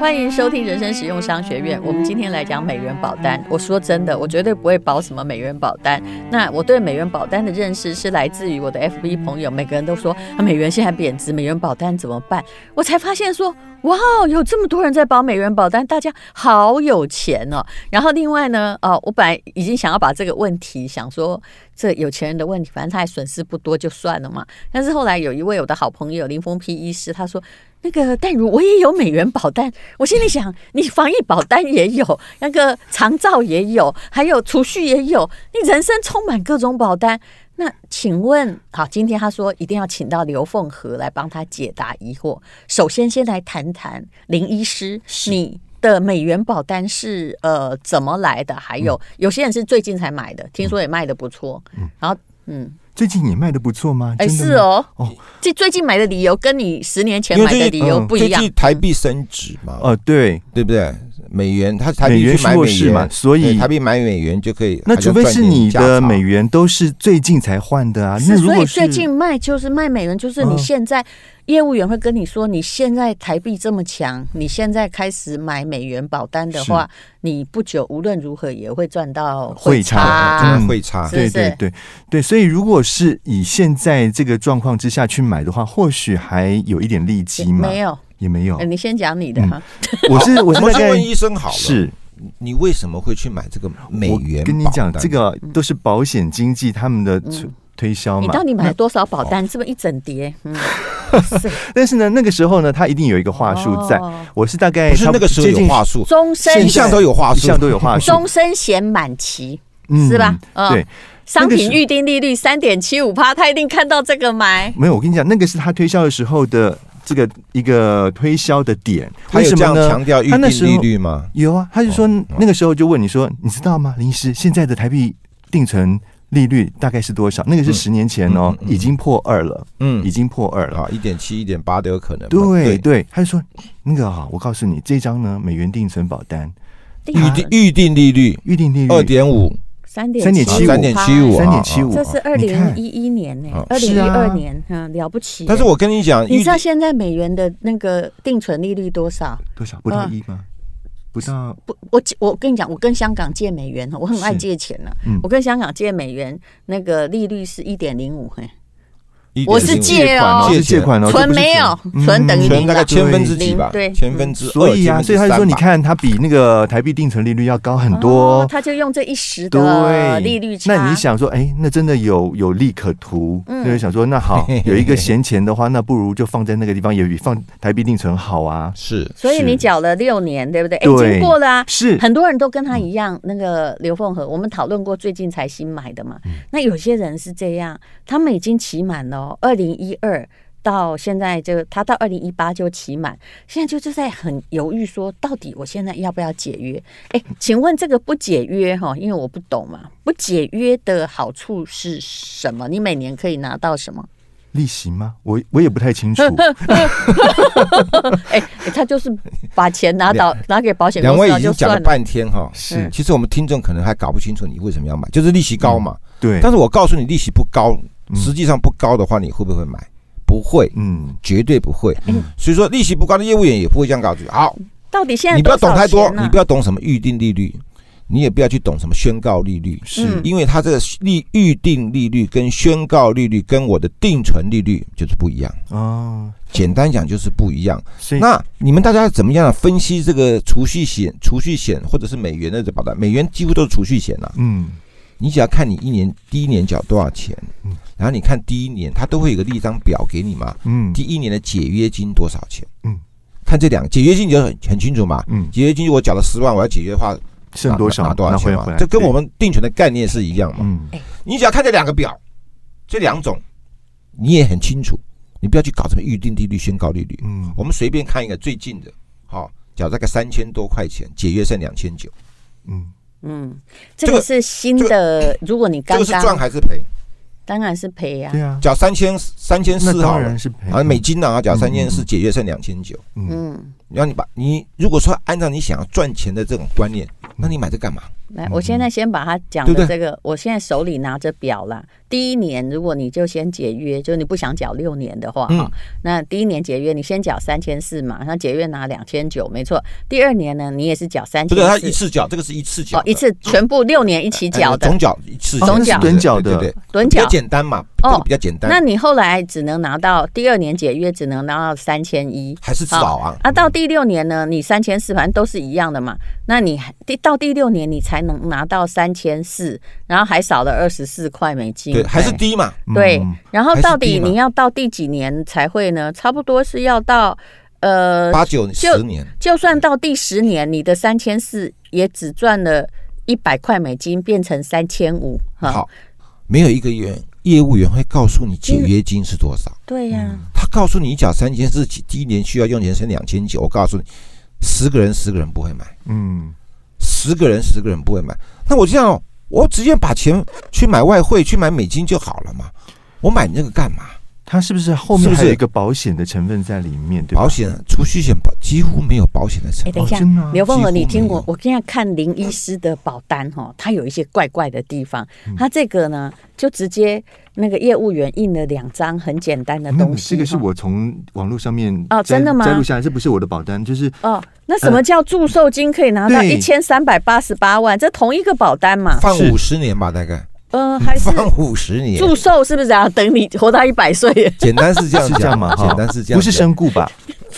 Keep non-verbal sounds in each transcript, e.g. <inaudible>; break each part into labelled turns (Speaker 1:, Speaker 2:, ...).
Speaker 1: 欢迎收听人生实用商学院。我们今天来讲美元保单。我说真的，我绝对不会保什么美元保单。那我对美元保单的认识是来自于我的 FB 朋友，每个人都说、啊、美元现在贬值，美元保单怎么办？我才发现说，哇，哦有这么多人在保美元保单，大家好有钱哦。然后另外呢，呃，我本来已经想要把这个问题想说。这有钱人的问题，反正他也损失不多就算了嘛。但是后来有一位我的好朋友林峰批医师，他说：“那个淡如我也有美元保单。”我心里想，你防疫保单也有，那个长照也有，还有储蓄也有，你人生充满各种保单。那请问，好，今天他说一定要请到刘凤和来帮他解答疑惑。首先，先来谈谈林医师，你。的美元保单是呃怎么来的？还有、嗯、有些人是最近才买的，听说也卖的不错。嗯，然后嗯，
Speaker 2: 最近也卖的不错吗？
Speaker 1: 哎、欸，是
Speaker 2: 哦。
Speaker 1: 哦，这最近买的理由跟你十年前买的理由不一样。
Speaker 3: 嗯最近台币升值嘛？
Speaker 2: 哦、嗯呃，对，
Speaker 3: 对不对？美元，它台币去买
Speaker 2: 美元嘛，所以
Speaker 3: 台币买美元就可以。
Speaker 2: 那除非是你的美元都是最近才换的啊。那如
Speaker 1: 果最近卖就是卖美元，就是你现在、嗯、业务员会跟你说，你现在台币这么强，你现在开始买美元保单的话，你不久无论如何也会赚到
Speaker 2: 汇
Speaker 1: 差，
Speaker 3: 汇差。
Speaker 2: 对对对对，所以如果是以现在这个状况之下去买的话，或许还有一点利基嘛。
Speaker 1: 没有。
Speaker 2: 也没有，
Speaker 1: 欸、你先讲你的哈、
Speaker 2: 哦嗯。我是我是
Speaker 3: 先问医生好了，
Speaker 2: 是
Speaker 3: 你为什么会去买这个美元？
Speaker 2: 跟你讲，这个都是保险经纪他们的推销嘛。
Speaker 1: 嗯你到底买了多少保单？是不是一整叠？嗯，
Speaker 2: 但是呢，那个时候呢，他一定有一个话术在。
Speaker 1: 哦
Speaker 2: 我是大概
Speaker 3: 不是那个时候有话术，
Speaker 1: 终身
Speaker 3: 一项都有话术，
Speaker 2: 一项都有话术，
Speaker 1: 终身险满期是吧？哦
Speaker 2: 对。
Speaker 1: 商品预定利率三点七五趴，他一定看到这个买。
Speaker 2: 没有，我跟你讲，那个是他推销的时候的。这个一个推销的点，为什么呢？
Speaker 3: 强调预定利率哦吗？
Speaker 2: 有啊，他就说那个时候就问你说，你知道吗，林医师，现在的台币定存利率大概是多少？那个是十年前哦，嗯嗯嗯、已经破二了，嗯，已经破二了
Speaker 3: 啊，一点七、一点八都有可能。
Speaker 2: 对对，他就说那个啊，我告诉你，这张呢，美元定存保单
Speaker 3: 预定预定利率，
Speaker 2: 预定利率
Speaker 3: 二点五。
Speaker 1: 啊三点三点啊
Speaker 2: 七五，
Speaker 3: 三点七五，
Speaker 1: 这
Speaker 2: 三点七五，啊
Speaker 3: 啊
Speaker 1: 是二零一一年呢、欸，二零一二年，嗯，了不起、欸。
Speaker 3: 但是我跟你讲，
Speaker 1: 你知道现在美元的那个定存利率多少？
Speaker 2: 多少？不
Speaker 3: 啊
Speaker 2: 到一吗？呃不到
Speaker 1: 不，我我跟你讲，我跟香港借美元，哦我很爱借钱呢、啊。嗯、我跟香港借美元，那个利率是一点零五，嘿。我是借
Speaker 2: 哦，
Speaker 3: 借
Speaker 2: 借款哦，
Speaker 1: 存没有，存等于
Speaker 3: 嗯存大概千分之几吧，
Speaker 1: 对，
Speaker 3: 千分之
Speaker 2: 所以啊，所以他就说，你看它比那个台币定存利率要高很多，
Speaker 1: 哦他就用这一时的利率差。嗯
Speaker 2: 那你想说，哎，那真的有有利可图，就是想说，那
Speaker 3: <laughs>
Speaker 2: 好，有一个闲钱的话，那不如就放在那个地方，也比放台币定存
Speaker 1: <laughs>
Speaker 2: 好啊。
Speaker 3: 是，
Speaker 1: 所以你缴了六年，对不对？哎，经过了啊，
Speaker 2: 是
Speaker 1: 很多人都跟他一样。那个刘凤和，我们讨论过，最近才新买的
Speaker 3: 嗯
Speaker 1: 嘛。那有些人是这样，他们已经期满了。哦二零一二到现在就，他到二零一八就期满，现在就就在很犹豫说，到底我现在要不要解约？哎，请问这个不解约哈，因为我不懂嘛，不解约的好处是什么？你每年可以拿到什么？
Speaker 2: 利息吗？我我也不
Speaker 1: <laughs>
Speaker 2: 太清楚。
Speaker 1: 哎欸，他就是把钱拿到拿给保险
Speaker 3: 公司，两位已
Speaker 1: 经
Speaker 3: 讲了半天哈，嗯
Speaker 2: 是。
Speaker 3: 其实我们听众可能还搞不清楚你为什么要买，就是利息高嘛。嗯、
Speaker 2: 对。
Speaker 3: 但是我告诉你，利息不高，实际上不高的话，你会不会买？不会，
Speaker 2: 嗯，
Speaker 3: 绝对不会。嗯、所以说，利息不高的业务员也不会这样搞。好，
Speaker 1: 到底现在、啊、
Speaker 3: 你不要懂太多，你不要懂什么预定利率。你也不要去懂什么宣告利率，嗯
Speaker 2: 是
Speaker 3: 因为它这个利预定利率跟宣告利率跟我的定存利率就是不一样
Speaker 2: 哦。
Speaker 3: 简单讲就是不一样。那你们大家怎么样分析这个储蓄险、储蓄险或者是美元的保单？美元几乎都是储蓄险呐、啊。
Speaker 2: 嗯，
Speaker 3: 你只要看你一年第一年缴多少钱，嗯，然后你看第一年它都会有个立章表给你嘛，
Speaker 2: 嗯，
Speaker 3: 第一年的解约金多少钱？
Speaker 2: 嗯，
Speaker 3: 看这两个解约金你就很很清楚嘛。
Speaker 2: 嗯，
Speaker 3: 解约金我缴了十万，我要解约的话。
Speaker 2: 剩多少
Speaker 3: 拿多少钱嘛？这跟我们定存的概念是一样嘛？
Speaker 2: 嗯，
Speaker 3: 你只要看这两个表，这两种你也很清楚，你不要去搞什么预定利率、宣告利率。
Speaker 2: 嗯，
Speaker 1: 哎
Speaker 3: 我们随便看一个最近的，好，缴大概三千多块钱，解约剩两千九。
Speaker 2: 嗯
Speaker 1: 嗯，这个是新的，如果你刚
Speaker 3: 这个是赚还是赔？
Speaker 1: 当然是赔呀。
Speaker 2: 对啊，
Speaker 3: 缴三千三千四
Speaker 2: 好了，是赔
Speaker 3: 啊，美金
Speaker 2: 嗯
Speaker 3: 啊，缴三千四，解约剩两千九。
Speaker 1: 嗯，
Speaker 2: 嗯
Speaker 3: 然后你把你如果说按照你想要赚钱的这种观念。那你买这干嘛？
Speaker 1: 来，我现在先把它讲
Speaker 3: 嗯对
Speaker 1: 的
Speaker 3: 不对
Speaker 1: 这个，我现在手里拿着表啦。第一年，如果你就先解约，就是你不想缴六年的话，哈、
Speaker 3: 嗯
Speaker 1: 那第一年解约，你先缴三千四嘛，那解约拿两千九，没错。第二年呢，你也是缴三
Speaker 3: 这
Speaker 1: 千
Speaker 3: 个它一
Speaker 1: 四，
Speaker 3: 次缴，这个是一次缴
Speaker 1: 哦，
Speaker 3: 的，
Speaker 1: 一次全部六年一起
Speaker 3: 呃
Speaker 1: 缴的
Speaker 3: 总缴一次，
Speaker 1: 哦总
Speaker 3: 对
Speaker 1: 缴
Speaker 2: 趸缴的
Speaker 3: 对对对，
Speaker 1: 趸
Speaker 3: 比较
Speaker 1: 缴。
Speaker 3: 简单嘛，
Speaker 1: 哦
Speaker 3: 这个比较简单，
Speaker 1: 那你后来只能拿到第二年解约，只能拿到三千一。
Speaker 3: 还是少啊，
Speaker 1: 啊，到第六年呢，你三千四，反正都是一样的嘛。那你还第到第六年，你才能拿到三千四，然后还少了二十四块美金。哎
Speaker 3: 对，还是低嘛，
Speaker 1: 对，然后
Speaker 3: 还是
Speaker 1: 到
Speaker 3: 低
Speaker 1: 底
Speaker 3: 嘛
Speaker 1: 你要到第几年才会呢？差不多是要到呃，
Speaker 3: 八九十年，
Speaker 1: 就算到第十年，你的三千四也只赚了一百块美金，变成三千五。哈，
Speaker 3: 好，没有一个员业务员会告诉你
Speaker 1: 嗯
Speaker 3: 解约金是多少，
Speaker 1: 对呀、
Speaker 3: 他告诉你缴三千四，第一年需要用钱是两千九，我告诉你，十个人十个人不会买。
Speaker 2: 嗯，
Speaker 3: 十个人十个人不会买，那我这样哦，我直接把钱去买外汇，去买美金就好了嘛。我买那个干嘛？
Speaker 2: 它是不是后面
Speaker 3: 是不
Speaker 2: 还
Speaker 3: 是
Speaker 2: 有一个保险的成分在里面？对吧？
Speaker 3: 保险、储蓄险保几乎没有保险的成
Speaker 1: 哎，
Speaker 3: 分。
Speaker 1: 等一下
Speaker 2: 哦真的啊，
Speaker 1: 刘凤娥，
Speaker 3: 几乎
Speaker 1: 你听
Speaker 3: 没
Speaker 1: 我
Speaker 3: 有，
Speaker 1: 我现在看林医师的保单哈，他有一些怪怪的地方。
Speaker 2: 嗯
Speaker 1: 他这个呢，就直接那个业务员印了两张很简单的
Speaker 2: 嗯
Speaker 1: 东西。
Speaker 2: 这个是
Speaker 1: 哈
Speaker 2: 我从网络上面
Speaker 1: 哦
Speaker 2: 摘
Speaker 1: 真的吗
Speaker 2: 摘录下来，这不是我的保单，就是
Speaker 1: 哦，那什么叫祝寿金可以拿到
Speaker 2: 对
Speaker 1: 一千三百八十八万？这同一个保单嘛？
Speaker 3: 放
Speaker 2: 是
Speaker 3: 五十年吧，大概
Speaker 1: 嗯，还是
Speaker 3: <laughs> 放五十年，
Speaker 1: 祝寿是不是啊？等你活到一百岁，
Speaker 3: 简单是这
Speaker 2: <laughs>
Speaker 3: 样
Speaker 2: 是这样
Speaker 3: 讲
Speaker 2: 嘛？哈，
Speaker 3: 简单是这样，
Speaker 2: 不是，身故
Speaker 3: <laughs>
Speaker 2: 吧？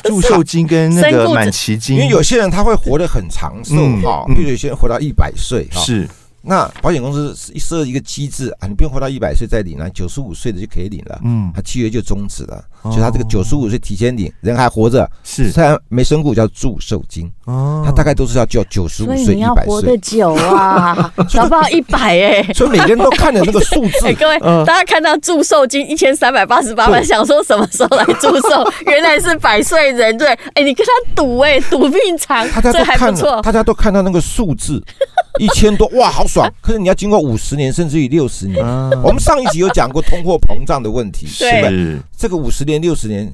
Speaker 2: 祝
Speaker 3: 啊
Speaker 2: 寿金跟那
Speaker 1: 身故
Speaker 2: 个
Speaker 1: 只
Speaker 2: 满期金，
Speaker 3: 因为有些人他会活得很长寿
Speaker 2: 嗯
Speaker 3: 哈，
Speaker 2: 嗯
Speaker 3: 比如有些人活到一百岁哈，
Speaker 2: 是
Speaker 3: 那保险公司设一个机制啊，你不用活到一百岁再领了，九十五岁的就可以领了，
Speaker 2: 嗯
Speaker 3: 他契约就终止了，
Speaker 2: 哦
Speaker 3: 所以他这个九十五岁提前领，人还活着，
Speaker 2: 是
Speaker 3: 虽然没身故叫祝寿金，
Speaker 2: 哦
Speaker 3: 他大概都是要叫九十
Speaker 1: 所
Speaker 3: 五
Speaker 1: 以
Speaker 3: 岁、
Speaker 1: 你
Speaker 3: 一
Speaker 1: 要
Speaker 3: 百
Speaker 1: 活得
Speaker 3: 岁，
Speaker 1: 久
Speaker 2: <laughs>
Speaker 1: 啊，搞不好一百哎。
Speaker 3: 所以每个人都看着那个数
Speaker 1: <laughs>
Speaker 3: 字
Speaker 1: 哎，。各位，
Speaker 2: 嗯
Speaker 1: 大家看到祝寿金一千三百八十八万，
Speaker 3: 对
Speaker 1: 想说什么时候来祝
Speaker 2: <laughs>
Speaker 1: 寿？原来是百岁人对，哎，你跟他赌哎，赌命长，
Speaker 3: 大家
Speaker 1: 这
Speaker 3: 都
Speaker 1: 还不
Speaker 3: 看
Speaker 1: 错
Speaker 3: 了，。大家都看到那个数字，一千多，哇，好爽！可是你要经过五十年，甚至于六十年。
Speaker 2: 啊，
Speaker 3: 我们上一集有讲过通货膨胀的问题，
Speaker 1: 对
Speaker 3: 吧
Speaker 2: 是
Speaker 3: 这个五十年、六十年，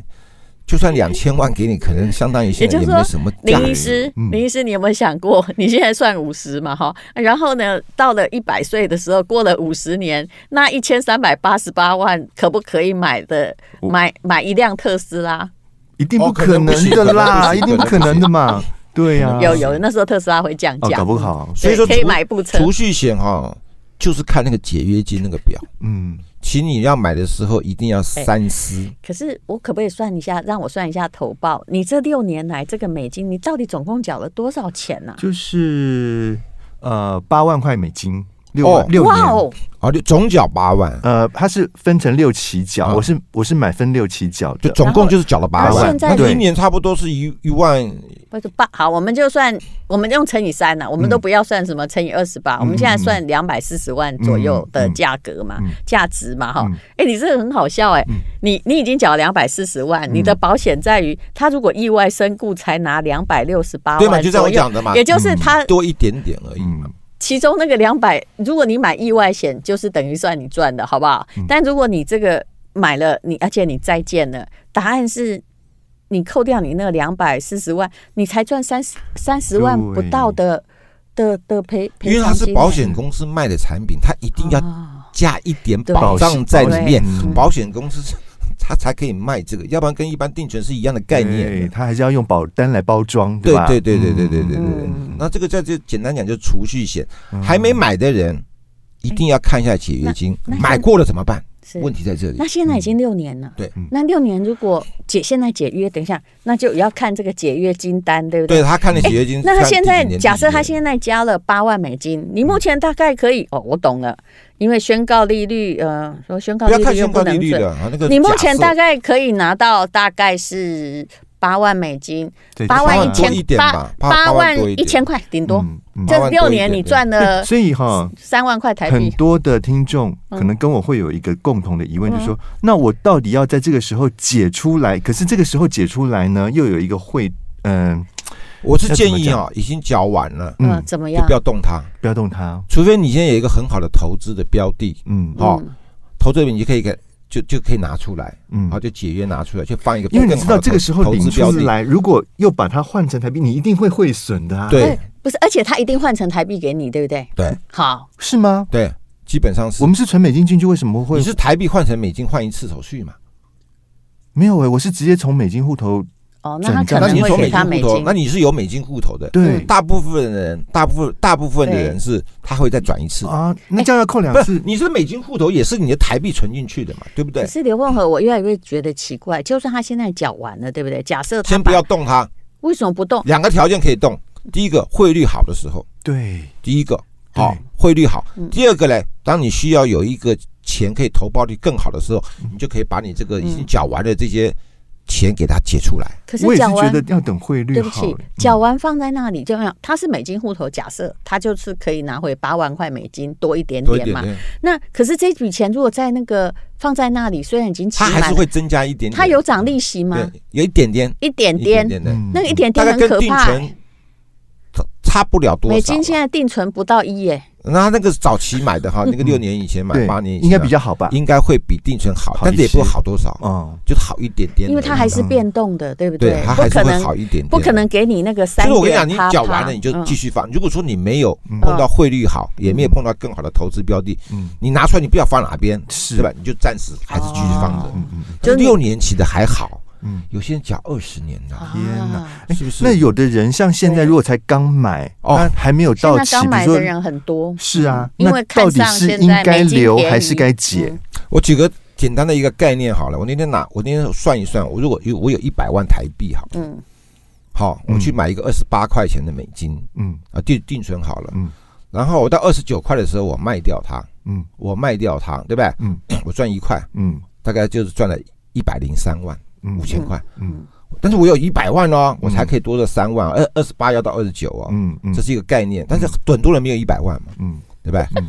Speaker 3: 就算两千万给你，可能相当于现在
Speaker 1: 嗯也
Speaker 3: 也
Speaker 1: 就是说
Speaker 3: 没什么价
Speaker 1: 林医
Speaker 3: 值。
Speaker 1: 师，
Speaker 2: 嗯
Speaker 1: 林医师，你有没有想过， <laughs> 你现在算五十嘛，哈，然后呢，到了一百岁的时候，过了五十年，那一千三百八十八万可不可以买的
Speaker 2: 我
Speaker 1: 买买一辆特斯拉？
Speaker 2: 一定不
Speaker 3: 哦可
Speaker 2: 可
Speaker 3: 能不
Speaker 2: 能
Speaker 3: 行
Speaker 2: 的
Speaker 3: 哦可能不
Speaker 2: 啦，
Speaker 3: 行
Speaker 2: 一定不可能的
Speaker 3: <laughs>
Speaker 2: 嘛，对呀，
Speaker 1: 有有，那时候特斯拉会降
Speaker 2: 啊哦，
Speaker 1: 价，
Speaker 2: 搞不好，
Speaker 1: 对
Speaker 3: 所以说
Speaker 1: 可以
Speaker 3: 储
Speaker 1: 买部车。
Speaker 3: 储蓄险哈，就是看那个解约金那个表，
Speaker 2: 嗯，
Speaker 3: 请你要买的时候一定要三思。
Speaker 1: 可是我可不可以算一下，让我算一下投报？你这六年来这个美金，你到底总共缴了多少钱啊呢、
Speaker 2: 就是呃八万块美金，六万
Speaker 3: 哦
Speaker 2: 六
Speaker 1: 哇
Speaker 2: 年。
Speaker 1: 哦，
Speaker 3: 哦，就总缴八万，
Speaker 2: 呃，它是分成六期缴，
Speaker 3: 嗯
Speaker 2: 我是我是买分六期缴
Speaker 3: 就
Speaker 2: 的，
Speaker 3: 总共就是缴了八
Speaker 1: 然后
Speaker 3: 万
Speaker 1: 现，在
Speaker 3: 那就
Speaker 2: 对
Speaker 3: 一年差不多是一一万，
Speaker 1: 不是八好，我们就算我们用乘以三啊
Speaker 3: 嗯
Speaker 1: 呢、我们都不要算什么乘以二十八，我们现在算两百四十万左右的价格嘛，
Speaker 3: 嗯
Speaker 1: 价值嘛哈
Speaker 2: 嗯。
Speaker 1: 哎、你这个很好笑哎、你你已经缴两百四十
Speaker 3: 嗯
Speaker 1: 万，你的保险在于他如果意外身故才拿两百六十八
Speaker 3: 对嘛？
Speaker 1: 万
Speaker 3: 就像
Speaker 1: 左
Speaker 3: 我
Speaker 1: 右
Speaker 3: 讲，的嘛，嗯
Speaker 1: 也就是他
Speaker 3: 多一点点而已
Speaker 2: 嗯
Speaker 3: 嘛。
Speaker 1: 其中那个两百，如果你买意外险，就是等于算你赚的，好不好？
Speaker 3: 嗯
Speaker 1: 但如果你这个买了你，而且你再见了，答案是你扣掉你那两百四十万，你才赚三十三十万不到的的的赔
Speaker 3: 因
Speaker 1: 赔
Speaker 3: 为
Speaker 1: 偿
Speaker 3: 它是
Speaker 1: 金。
Speaker 3: 保险公司卖的产品，它一定要
Speaker 1: 啊
Speaker 3: 加一点
Speaker 1: 对
Speaker 3: 保障在里面
Speaker 2: 对，
Speaker 3: 保险公司它才 <laughs> 可以卖这个，要不然跟一般定存是一样的概
Speaker 2: 对
Speaker 3: 念。
Speaker 2: 它还是要用保单来包装，
Speaker 3: 对
Speaker 2: 吧？
Speaker 3: 对对对对对对对
Speaker 2: 嗯
Speaker 3: 对。那这个在这简单讲就是储蓄险，
Speaker 1: 嗯
Speaker 3: 还没买的人一定要看一下解约金，
Speaker 1: 那那
Speaker 3: 买过了怎么办？
Speaker 1: 是
Speaker 3: 问题嗯在这里
Speaker 1: 那。现在已经六年了，
Speaker 3: 对，
Speaker 1: 那六年如果解现在解约，等一下，那就要看这个解约金单，对不
Speaker 3: 对他看了解约金，
Speaker 1: 哎那他
Speaker 3: 看
Speaker 1: 现
Speaker 3: 第
Speaker 1: 在
Speaker 3: 几年
Speaker 1: 假
Speaker 3: 第几
Speaker 1: 设他
Speaker 3: 年嗯
Speaker 1: 现在加了八万美金，你目前大概可以哦，我懂了，因为宣告利率，呃，说宣告
Speaker 3: 不
Speaker 1: 利
Speaker 3: 要看
Speaker 1: 率又
Speaker 3: 宣
Speaker 1: 不
Speaker 3: 告利
Speaker 1: 能
Speaker 3: 率
Speaker 1: 准，
Speaker 3: 的，啊那个
Speaker 1: 你目
Speaker 3: 假
Speaker 1: 前
Speaker 3: 设
Speaker 1: 大概可以拿到大概是八万美金，
Speaker 2: 对
Speaker 1: 八万
Speaker 3: 万
Speaker 1: 一
Speaker 3: 多
Speaker 1: 千
Speaker 3: 一点
Speaker 1: 八
Speaker 3: 吧八
Speaker 1: 八
Speaker 3: 八
Speaker 1: 万
Speaker 3: 万多一
Speaker 1: 一
Speaker 3: 点
Speaker 1: 千块顶多，
Speaker 2: 嗯嗯
Speaker 3: 八
Speaker 1: 这
Speaker 3: 万
Speaker 1: 六
Speaker 3: 多一
Speaker 1: 年
Speaker 3: 点
Speaker 1: 你
Speaker 3: 对
Speaker 1: 赚
Speaker 3: <laughs>
Speaker 1: 了
Speaker 2: 所以哈，
Speaker 1: 三万块台
Speaker 2: 很
Speaker 1: 币，
Speaker 2: 多的听众
Speaker 1: 嗯
Speaker 2: 可能跟我会有一个共同的疑问，就是说，那我到底要在这个时候解出来？可是这个时候解出来呢，又有一个会，嗯
Speaker 3: 我
Speaker 2: 要
Speaker 3: 是
Speaker 2: 怎
Speaker 3: 建
Speaker 2: 么
Speaker 3: 议
Speaker 2: 讲
Speaker 3: 啊，已经缴完了，
Speaker 1: 嗯
Speaker 2: 嗯，，
Speaker 1: 怎么
Speaker 3: 就
Speaker 1: 样
Speaker 3: 不？要动它，
Speaker 2: 不要动它，
Speaker 3: 除非你现在有一个很好的投资的标的，
Speaker 2: 嗯
Speaker 3: 好
Speaker 1: 嗯，
Speaker 3: 投资品你就可以给就就可以拿出来，
Speaker 2: 嗯
Speaker 3: 好，就解约拿出来，去放一个
Speaker 2: 因为你
Speaker 3: 更
Speaker 2: 知
Speaker 3: 好
Speaker 2: 道
Speaker 3: 的
Speaker 2: 这个时候
Speaker 3: 投
Speaker 2: 领
Speaker 3: 资标
Speaker 2: 出
Speaker 3: 的，
Speaker 2: 来，如果又把它换成台币，你一定会汇损的啊。
Speaker 3: 对
Speaker 1: 哎不是，而且他一定换成台币给你，对不对？
Speaker 3: 对
Speaker 1: 好，
Speaker 2: 是吗？
Speaker 3: 对，基本上是
Speaker 2: 我。们是存美金进去，为什么会
Speaker 3: 你是台币换成美金换一次手续嘛？
Speaker 2: 没有哎、我是直接从美金户头
Speaker 1: 哦，那他
Speaker 2: 整
Speaker 1: 可
Speaker 2: 张
Speaker 3: 那
Speaker 1: 能
Speaker 3: 你
Speaker 1: 会
Speaker 3: 从
Speaker 1: 给
Speaker 3: 美金
Speaker 1: 他美
Speaker 3: 户头，
Speaker 1: 金
Speaker 3: 那，你是有美金户头的。
Speaker 2: 对、
Speaker 3: 大部分人，大部分大部分的人是他会再转一次。
Speaker 2: 啊，那这样要扣两
Speaker 1: 哎
Speaker 3: 不是
Speaker 2: 次，，
Speaker 3: 你是美金户头也是你的台币存进去的嘛，对不
Speaker 1: 可
Speaker 3: 对？
Speaker 1: 是刘凤和我越来越觉得奇怪，就算他现在缴完了，对不对？假设他
Speaker 3: 先不要动它，
Speaker 1: 为什么不动？
Speaker 3: 两个条件可以动。第一个，汇率好的时候，
Speaker 2: 对，
Speaker 3: 第一个
Speaker 2: 对
Speaker 3: 好、汇率好
Speaker 1: 嗯。
Speaker 3: 第二个呢，当你需要有一个钱可以投报率更好的时候，
Speaker 2: 嗯
Speaker 3: 你就可以把你这个已经缴完的这些钱给它解出来。
Speaker 1: 可
Speaker 2: 我
Speaker 1: 是
Speaker 2: 也是
Speaker 1: 缴
Speaker 2: 觉
Speaker 1: 完
Speaker 2: 得，要等汇率
Speaker 1: 对不
Speaker 2: 好
Speaker 1: 起，
Speaker 3: 嗯
Speaker 1: 缴完放在那里就那样，他是美金户头，假设他就是可以拿回八万块美金多一点
Speaker 3: 多一
Speaker 1: 点
Speaker 3: 点
Speaker 1: 嘛。
Speaker 3: 点，
Speaker 1: 那可是这笔钱如果在那个放在那里，虽然已经期
Speaker 3: 它还
Speaker 1: 满
Speaker 3: 是
Speaker 1: 了，
Speaker 3: 会增加一点点。
Speaker 1: 它有涨利息吗？
Speaker 3: 对，有一点点，
Speaker 1: 一点
Speaker 3: 一点
Speaker 1: 点，
Speaker 3: 点的，
Speaker 1: 那个一点
Speaker 3: 大
Speaker 1: 点很
Speaker 3: 概跟
Speaker 1: 可
Speaker 3: 定
Speaker 1: 怕欸、
Speaker 3: 存啊差差不了多少。
Speaker 1: 美金现在嗯定存不到一耶，
Speaker 3: 那那个是早期买的哈，那个六年以前买，
Speaker 2: 对
Speaker 3: 八年以前
Speaker 2: 应该
Speaker 3: 买
Speaker 2: 比较好吧？
Speaker 3: 应该会比定存好，
Speaker 2: 好一
Speaker 3: 但是也不
Speaker 2: 些
Speaker 3: 会好多少，哦
Speaker 2: 嗯，
Speaker 3: 就是好一点点而已。
Speaker 1: 因为它还是变动的，对不
Speaker 3: 对，它
Speaker 1: 不
Speaker 3: 还是
Speaker 1: 可
Speaker 3: 会
Speaker 1: 能
Speaker 3: 好一点点。
Speaker 1: 不可。能给你那个三
Speaker 3: 所
Speaker 1: 点
Speaker 3: 以我跟你讲，你
Speaker 1: 啪啪
Speaker 3: 缴完了你就继
Speaker 1: 嗯
Speaker 3: 续放。如果说你没有碰到汇率好，也没有碰到更好的投资标的，
Speaker 2: 嗯
Speaker 3: 你拿出来你不知道放哪边，
Speaker 2: 是
Speaker 3: 对吧？你就暂时还是继续放着
Speaker 1: 哦。
Speaker 2: 嗯嗯
Speaker 1: 就是你
Speaker 3: 六年期的还好，
Speaker 2: 嗯。
Speaker 3: 有些人缴二十年的，
Speaker 2: 天哪
Speaker 1: 啊
Speaker 3: 是不是？
Speaker 2: 哎那有的人像现在，
Speaker 1: 对
Speaker 2: 如果才刚买，
Speaker 3: 哦
Speaker 2: 他还没有
Speaker 1: 现
Speaker 2: 到
Speaker 1: 在
Speaker 2: 期，
Speaker 1: 刚
Speaker 2: 比如
Speaker 1: 买的
Speaker 2: 说
Speaker 1: 人很多，
Speaker 2: 是啊，
Speaker 1: 因
Speaker 2: 那
Speaker 1: 为
Speaker 2: 到
Speaker 1: 看
Speaker 2: 底
Speaker 1: 上
Speaker 2: 是
Speaker 1: 现
Speaker 2: 应
Speaker 1: 在
Speaker 2: 该
Speaker 1: 美金
Speaker 2: 留
Speaker 1: 便
Speaker 2: 还是
Speaker 1: 宜嗯
Speaker 2: 该解？
Speaker 3: 我举个简单的一个概念好了，我那天拿我那天算一算，我如果有我有一百万台币好，
Speaker 1: 嗯，
Speaker 3: 好，我去买一个二十八块钱的美金
Speaker 2: 嗯
Speaker 3: 啊定定存好了，
Speaker 2: 嗯
Speaker 3: 然后我到二十九块的时候我卖掉它，
Speaker 2: 嗯
Speaker 3: 我卖掉它，对不对？
Speaker 2: 嗯
Speaker 3: <coughs> 我赚一块，
Speaker 2: 嗯
Speaker 3: 大概就是赚了一百零三万
Speaker 2: 嗯
Speaker 3: 五千块，
Speaker 2: 嗯
Speaker 3: 但是我有一百万哦，我才可以多了三万，二二十八要到二十九哦，
Speaker 2: 嗯嗯
Speaker 3: 这是一个概念，但是很多人没有一百万嘛，
Speaker 2: 嗯
Speaker 3: 对不对？
Speaker 2: 嗯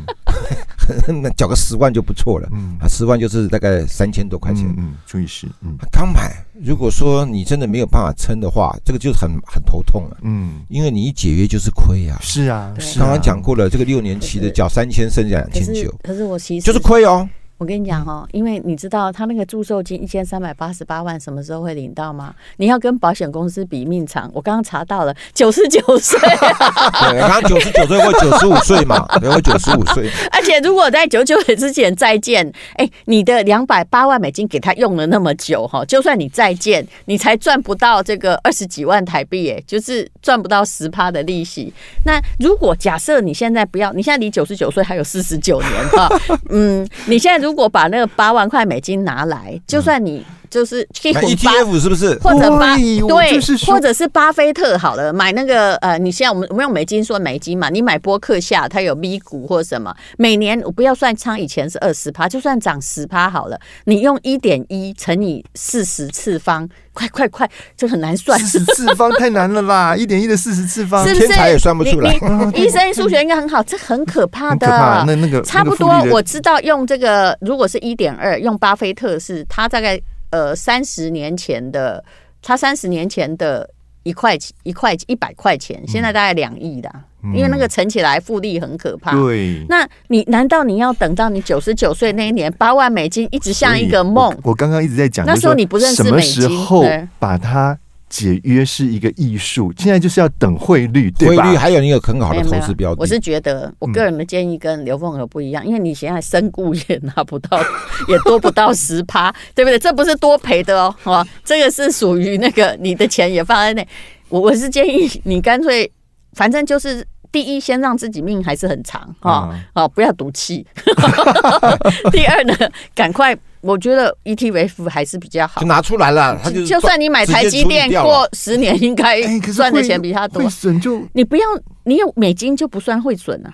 Speaker 3: <laughs> 那缴个十万就不错了
Speaker 2: 嗯
Speaker 3: 啊，十万就是大概三千多块钱。
Speaker 2: 嗯嗯，注意是嗯
Speaker 3: 他刚买，如果说你真的没有办法撑的话，这个就是很很头痛了，
Speaker 2: 嗯
Speaker 3: 因为你一解约就是亏啊。
Speaker 2: 是啊
Speaker 1: 对
Speaker 2: 是啊，
Speaker 3: 刚刚讲过了，这个六年期的
Speaker 1: 对
Speaker 3: 缴三千剩下两
Speaker 1: 可
Speaker 3: 千
Speaker 1: 是
Speaker 3: 九，
Speaker 1: 可是我其实
Speaker 3: 就是亏
Speaker 1: <laughs>
Speaker 3: 哦。
Speaker 1: 我跟你讲哦，因为你知道他那个祝寿金一千三百八十八万什么时候会领到吗？你要跟保险公司比命长，我刚刚查到了，九十九岁，
Speaker 3: 对，刚刚九十九岁或九十五岁嘛，对，或九十五岁，
Speaker 1: <laughs> 而且如果在九九岁之前再见，哎，你的两百八万美金给他用了那么久哈，就算你再见，你才赚不到这个二十几万台币，哎，就是赚不到十趴的利息。那如果假设你现在不要，你现在离九十九岁还有四十九年哈，嗯，你现在如果把那个八万块美金拿来，就算你就是去
Speaker 3: 那，E
Speaker 1: 混八
Speaker 3: ETF 是不是？
Speaker 1: 或者巴
Speaker 2: 对我就是
Speaker 1: 对，
Speaker 2: 说
Speaker 1: 或者是巴菲特好了，买那个呃，你现在我们我们用美金说美金嘛，你买波克夏，它有 V 股或什么，每年我不要算仓，以前是二十趴，就算涨十趴好了，你用一点一乘以四十次方，快快快，这很难算。
Speaker 2: 四十次方太难了啦，一点一的四十次方
Speaker 1: 是不是
Speaker 3: 天才也算不出来
Speaker 1: 你你医生数学应该很好，这很可怕
Speaker 2: 很
Speaker 1: 的。
Speaker 2: 可怕，那那个
Speaker 1: 差不多
Speaker 2: 那个复利，的
Speaker 1: 我知道用这个，如果是一点二，用巴菲特是他大概呃三十年前的，他三十年前的一块钱一块一百块钱，
Speaker 2: 嗯
Speaker 1: 现在大概两亿的啊，因为那个乘起来复利很可怕。
Speaker 2: 对。
Speaker 1: 那你难道你要等到你九十九岁那一年，八万美金一直像一个梦
Speaker 2: 所以？我我刚刚一直在讲，
Speaker 1: 那
Speaker 2: 就是
Speaker 1: 时候你不认识
Speaker 2: 什么
Speaker 1: 美金
Speaker 2: 时候
Speaker 1: 对
Speaker 2: 把它解约是一个艺术，现在就是要等汇率，
Speaker 3: 汇
Speaker 2: 对吧？
Speaker 3: 率还有你有很好
Speaker 1: 没
Speaker 3: 的
Speaker 1: 有没
Speaker 3: 投
Speaker 1: 有
Speaker 3: 资标的，嗯
Speaker 1: 我是觉得我个人的建议跟刘凤和不一样，因为你现在身故也拿不到， <laughs> 也多不到十趴，对不对？这不是多赔的哦，哦，这个是属于那个你的钱也放在那。我我是建议你干脆，反正就是。第一，先让自己命还是很长啊
Speaker 2: 嗯
Speaker 1: 哦，不要赌气。 <laughs> 第二呢，赶快，我觉得 ETF 还是比较好
Speaker 3: 就。拿出来了，他就是
Speaker 1: 就算你买台积电
Speaker 3: 直接处理掉了
Speaker 1: 过十年，应该
Speaker 2: 哎，可是
Speaker 1: 赚的
Speaker 2: 汇
Speaker 1: 钱比他多
Speaker 2: 汇。损就
Speaker 1: 你不要，你有美金就不算汇损啊。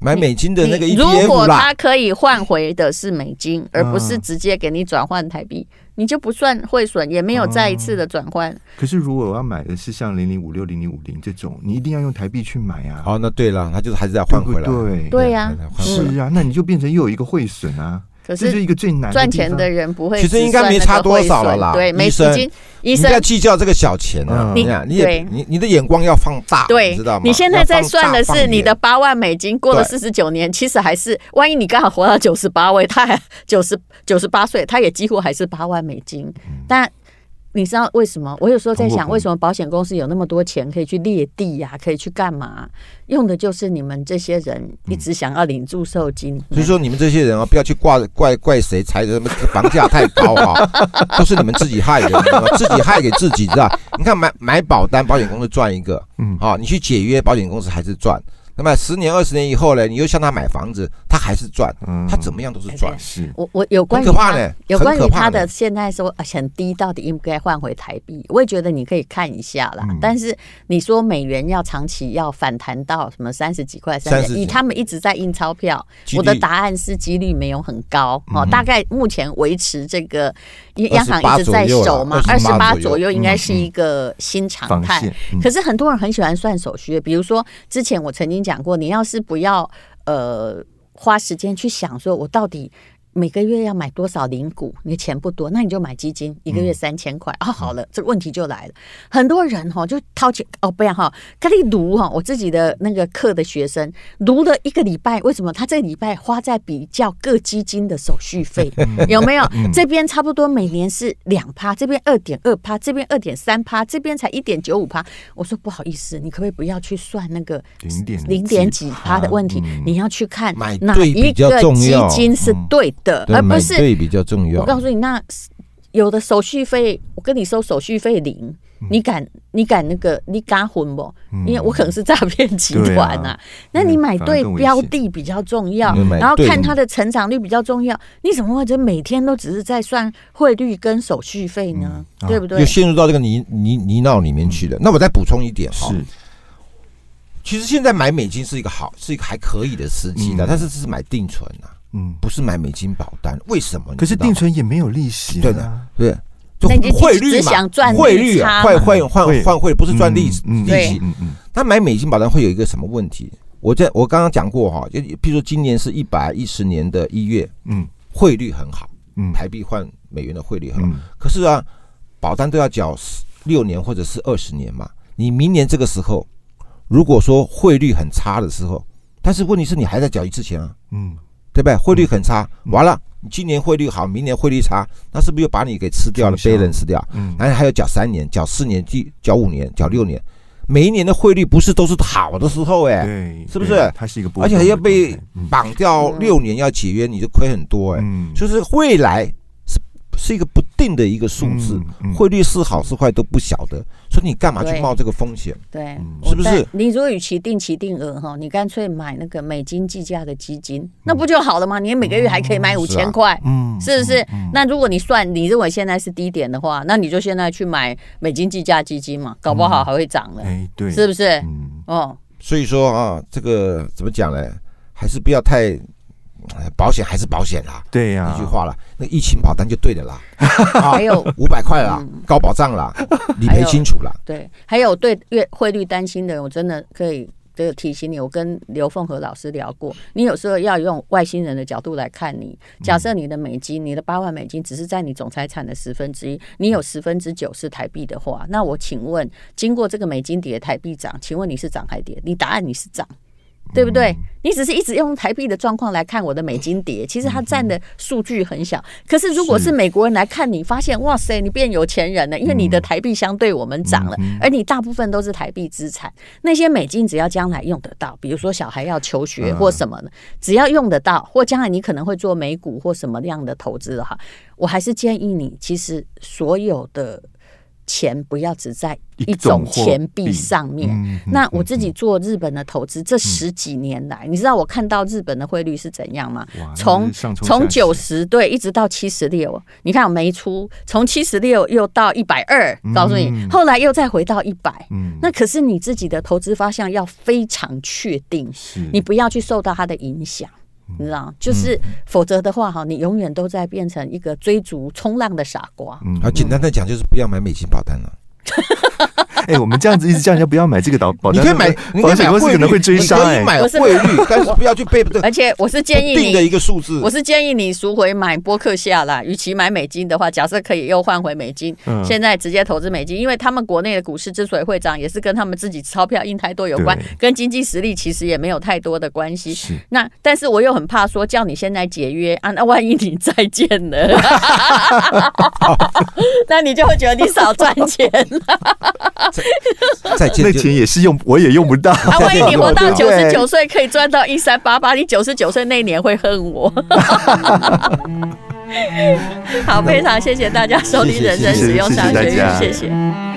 Speaker 3: 买美金的那个
Speaker 1: 你如果
Speaker 3: ETF 啦
Speaker 1: 它，可以换回的是美金，而不是直接给你转换台币，你就不算汇损，也没有再一次的转换。
Speaker 2: 可是如果我要买的是像零零五六、零零五零这种，你一定要用台币去买啊，
Speaker 3: 好，那对了，他就是还是在
Speaker 2: 对
Speaker 3: 换
Speaker 2: 不
Speaker 3: 回来，
Speaker 2: 对？
Speaker 1: 对呀、
Speaker 3: 还是在换回来。
Speaker 2: 是啊，那你就变成又有一个汇损啊，
Speaker 1: 可
Speaker 2: 这就是
Speaker 1: 是
Speaker 2: 一个最难
Speaker 1: 赚
Speaker 2: 地
Speaker 1: 钱
Speaker 2: 方
Speaker 1: 的人不会只
Speaker 3: 其实
Speaker 1: 算
Speaker 3: 应
Speaker 1: 那
Speaker 3: 该
Speaker 1: 个汇损，
Speaker 3: 没差多少了啦
Speaker 1: 对，没
Speaker 3: 医
Speaker 1: 已
Speaker 3: 生
Speaker 1: 经医
Speaker 3: 你不要
Speaker 1: 生。
Speaker 3: 计较这个小钱啊！
Speaker 2: 嗯
Speaker 3: 你看，你也
Speaker 1: 对
Speaker 3: 你你的眼光要放大，
Speaker 1: 对，
Speaker 3: 你知道吗？
Speaker 1: 你现在在
Speaker 3: 要放大
Speaker 1: 算的是你的
Speaker 3: 放
Speaker 1: 八万美金，过了
Speaker 3: 对
Speaker 1: 四十九年，其实还是，万一你刚好活到九
Speaker 3: 嗯
Speaker 1: 十八位，他还九十九十八岁，他也几乎还是八万美金。但你知道为什么？我有时候在
Speaker 2: 通货
Speaker 1: 想，
Speaker 2: 膨
Speaker 1: 为什么保险公司有那么多钱可以去列地呀、可以去干嘛、用的就是你们这些人一
Speaker 3: 嗯
Speaker 1: 直想要领祝寿金。
Speaker 3: 所以说你们这些人啊，不要去挂怪怪谁才什么房价太高
Speaker 1: <laughs>
Speaker 3: 啊，都是你们自己害的，你知道吗自己害给自己，知道？你看买买保单，保险公司赚一个，
Speaker 2: 嗯
Speaker 3: 啊，你去解约，保险公司还是赚。那么十年、二十年以后呢，你又向他买房子，他还是赚，
Speaker 2: 嗯
Speaker 3: 他怎么样都是
Speaker 1: 哎
Speaker 3: 赚。
Speaker 2: 是
Speaker 1: 我我有关于
Speaker 3: 嗯很可怕
Speaker 1: 他
Speaker 3: 嘞
Speaker 1: 有关于
Speaker 3: 很可怕
Speaker 1: 他
Speaker 3: 嘞
Speaker 1: 的现在说啊很低，到底应该换回台币？我也觉得你可以看一下啦。
Speaker 2: 嗯
Speaker 1: 但是你说美元要长期要反弹到什么三十几块、三
Speaker 3: 30
Speaker 1: 十，以
Speaker 3: 几
Speaker 1: 他们一直在印钞票，
Speaker 3: 几率嗯
Speaker 1: 我的答案是几率没有很高哦，大概目前维持这个，因为央行一直在守嘛，二十
Speaker 3: 28左右嗯啦
Speaker 1: 八
Speaker 3: 28
Speaker 1: 左右应该是一个新常
Speaker 2: 防
Speaker 1: 态。
Speaker 2: 线，嗯
Speaker 1: 可是很多人很喜欢算手续，比如说之前我曾经讲过，你要是不要呃花时间去想说我到底。每个月要买多少零股？你的钱不多，那你就买基金，一个
Speaker 2: 嗯
Speaker 1: 月三千块啊、好了，这个问题就来了，很多人哈、就掏钱哦，不然哈、跟你读哈、我自己的那个课的学生读了一个礼拜，为什么他这个礼拜花在比较各基金的手续费？有没有？这边差不多每年是两趴，这边二点二趴，这边二点三趴，这边才一点九五趴。我说不好意思，你可不可以不要去算那个
Speaker 2: 零点
Speaker 1: 零点几趴的问题？你要去看
Speaker 3: 买
Speaker 1: 哪
Speaker 3: 对
Speaker 1: 一
Speaker 3: 比较
Speaker 1: 个
Speaker 3: 重
Speaker 1: 基
Speaker 3: 要嗯
Speaker 1: 金是对的，
Speaker 3: 对
Speaker 1: 而不
Speaker 3: 买
Speaker 1: 是
Speaker 3: 对比啊较重要。
Speaker 1: 我告诉你，那有的手续费，我跟你收手续费零，
Speaker 3: 嗯
Speaker 1: 你敢你敢那个你敢混不？因为我可能是诈骗集团
Speaker 2: 对
Speaker 1: 啊
Speaker 2: 啊。
Speaker 1: 那你买
Speaker 2: 反而
Speaker 1: 对
Speaker 2: 更危
Speaker 1: 标
Speaker 2: 险
Speaker 1: 的比较重要
Speaker 3: 嗯，买
Speaker 1: 然后
Speaker 3: 对
Speaker 1: 看
Speaker 3: 的
Speaker 1: 它的成长率比较重要。你怎么会就每天都只是在算汇率跟手续费呢？对不对
Speaker 3: 又？陷入到这个泥泥泥淖里面去了。那我再补充一点哈、
Speaker 2: 是
Speaker 3: 其实现在买美金是一个好，是一个还可以的时机的，
Speaker 2: 嗯
Speaker 3: 但是这是买定存啊，
Speaker 2: 嗯，
Speaker 3: 不是买美金保单。为什么？
Speaker 2: 可是
Speaker 3: 你知道吗
Speaker 2: 定存也没有利息、啊，
Speaker 3: 对的，对，就
Speaker 1: 那你就
Speaker 3: 汇
Speaker 1: 只
Speaker 3: 率嘛，
Speaker 1: 想赚
Speaker 3: 汇
Speaker 1: 利
Speaker 3: 率啊，
Speaker 1: 差
Speaker 3: 换
Speaker 1: 嘛
Speaker 3: 换换
Speaker 2: 汇
Speaker 3: 换汇，不是赚利
Speaker 2: 嗯嗯
Speaker 3: 利
Speaker 1: 对。
Speaker 3: 息
Speaker 2: 嗯嗯，
Speaker 3: 那买美金保单会有一个什么问题？我在我刚刚讲过哈，就譬如说今年是一百一十年的一月，
Speaker 2: 嗯
Speaker 3: 汇率很好，
Speaker 2: 嗯
Speaker 3: 台币换美元的汇率很好，
Speaker 2: 嗯，
Speaker 3: 可是啊，保单都要缴十六年或者是二十年嘛。你明年这个时候，如果说汇率很差的时候，但是问题是你还在缴一次钱啊，
Speaker 2: 嗯，
Speaker 3: 对不对？汇率很差，完了，你今年汇率好，明年汇率差，那是不是又把你给吃掉了
Speaker 2: 冲销
Speaker 3: ，balance 掉？
Speaker 2: 嗯
Speaker 3: 然后还要缴三年、缴四年、第缴五年、缴六年，每一年的汇率不是都是好的时候哎、
Speaker 2: 对，
Speaker 3: 是不是
Speaker 2: 对它是一个波
Speaker 3: 而
Speaker 2: 动的
Speaker 3: 且
Speaker 2: 状态，
Speaker 3: 还要被
Speaker 2: 嗯
Speaker 3: 绑掉六年要解约，你就亏很多哎、
Speaker 2: 嗯
Speaker 3: 就是未来是是一个不定的一个数字，
Speaker 2: 嗯嗯
Speaker 3: 汇率是好是坏都不晓得，所以你干嘛去
Speaker 1: 对
Speaker 3: 冒这个风险？
Speaker 1: 对，
Speaker 3: 是不是
Speaker 1: 我但你如果与其定期定额哈，你干脆买那个美金计价的基金，那不就好了吗？你每个月还可以买五
Speaker 3: 是啊
Speaker 1: 千块。
Speaker 2: 嗯
Speaker 1: 是不是？那如果你算你认为现在是低点的话，那你就现在去买美金计价基金嘛，搞不好还会涨了，
Speaker 2: 嗯哎对，
Speaker 1: 是不是？
Speaker 2: 嗯
Speaker 1: 哦，
Speaker 2: <laughs>
Speaker 3: 所以说啊，这个怎么讲呢？还是不要太，哎保险还是保险啦。
Speaker 2: 对呀，
Speaker 3: 一句话啦，那疫情保单就对的啦，啊
Speaker 1: 还，有
Speaker 3: 五百块啦，
Speaker 1: 嗯
Speaker 3: 高保
Speaker 1: <laughs>
Speaker 3: 障啦，理
Speaker 1: 还
Speaker 3: 赔
Speaker 1: 有
Speaker 3: 清楚啦，
Speaker 1: 对，还有对月汇率担心的人，我真的可以这个提醒你。我跟刘凤和老师聊过，你有时候要用外星人的角度来看你。假设你的美金，你的八万美金只是在你总财产的十分之一，你
Speaker 2: 嗯
Speaker 1: 有十分之九是台币的话，那我请问，经过这个美金跌，台币涨，请问你是涨还跌？你答案你是涨。对不
Speaker 2: 嗯
Speaker 1: 对？你只是一直用台币的状况来看我的美金跌，其实它占的数据很小。可是如果是美国人来看你，发现哇塞，你变有钱人了，因为你
Speaker 2: 嗯
Speaker 1: 的台币相对我们涨了，而你大部分都是台币资产，那些美金只要将来用得到，比如说小孩要求学
Speaker 2: 嗯
Speaker 1: 或什么的，只要用得到，或将来你可能会做美股或什么样的投资的话，我还是建议你，其实所有的钱不要只在一
Speaker 2: 一
Speaker 1: 种
Speaker 2: 种货
Speaker 1: 钱币
Speaker 2: 币
Speaker 1: 上面。
Speaker 2: 嗯
Speaker 1: 那我自己做日本的投资，这十几年来，你知道我看到日本的汇率是怎样吗
Speaker 2: 哇？
Speaker 1: 从
Speaker 2: 那是上冲
Speaker 1: 从
Speaker 2: 下起
Speaker 1: 九十对一直到七十六，你看我没出，从七十六又到一百二，告诉你，后来又再回到一百。
Speaker 2: 嗯
Speaker 1: 那可是你自己的投资方向要非常确定，
Speaker 2: 是嗯
Speaker 1: 你不要去受到它的影响。你知道，就是否则的话哈，你永远都在变成一个追逐冲浪的傻瓜。
Speaker 2: 嗯
Speaker 3: 啊，简单的讲就是不要买美金保单了。
Speaker 2: 哎、我们这样子一直叫人家不要买这个保保
Speaker 3: 你
Speaker 2: 单，
Speaker 3: 可以买，你可
Speaker 2: 保
Speaker 3: 以买
Speaker 2: 险公司
Speaker 3: 汇
Speaker 2: 可
Speaker 3: 率，
Speaker 2: 能会追杀、
Speaker 3: 你可以
Speaker 2: 哎，
Speaker 3: 买
Speaker 1: 不是
Speaker 3: 汇率，但是不要去被这
Speaker 1: 而且我是建议
Speaker 3: 定的一
Speaker 1: 你，
Speaker 3: 个数字
Speaker 1: 我。是建议你赎回买波克夏啦。与其买美金的话，假设可以又换回美金，
Speaker 2: 嗯
Speaker 1: 现在直接投资美金，因为他们国内的股市之所以会涨，也是跟他们自己钞票印太多有关
Speaker 2: 对，
Speaker 1: 跟经济实力其实也没有太多的关系。
Speaker 2: 是
Speaker 1: 那但是我又很怕说叫你现在解约啊，那万一你再见
Speaker 2: <laughs>
Speaker 1: 了， <laughs> 那你就会觉得你少赚钱
Speaker 3: 再见
Speaker 2: 那
Speaker 3: 就
Speaker 2: 钱也是用我也用不到。
Speaker 1: 啊！万一你活到
Speaker 2: 对
Speaker 1: 九
Speaker 2: 不对
Speaker 1: 十九岁可以赚到一三八八，你九十九岁那年会恨 <laughs> 我。好，非常谢谢大家收听《
Speaker 3: 谢谢
Speaker 1: 人生
Speaker 2: 谢谢
Speaker 1: 使用
Speaker 2: 谢谢
Speaker 1: 商
Speaker 2: 大
Speaker 1: 学院》，
Speaker 2: 家
Speaker 1: 谢谢。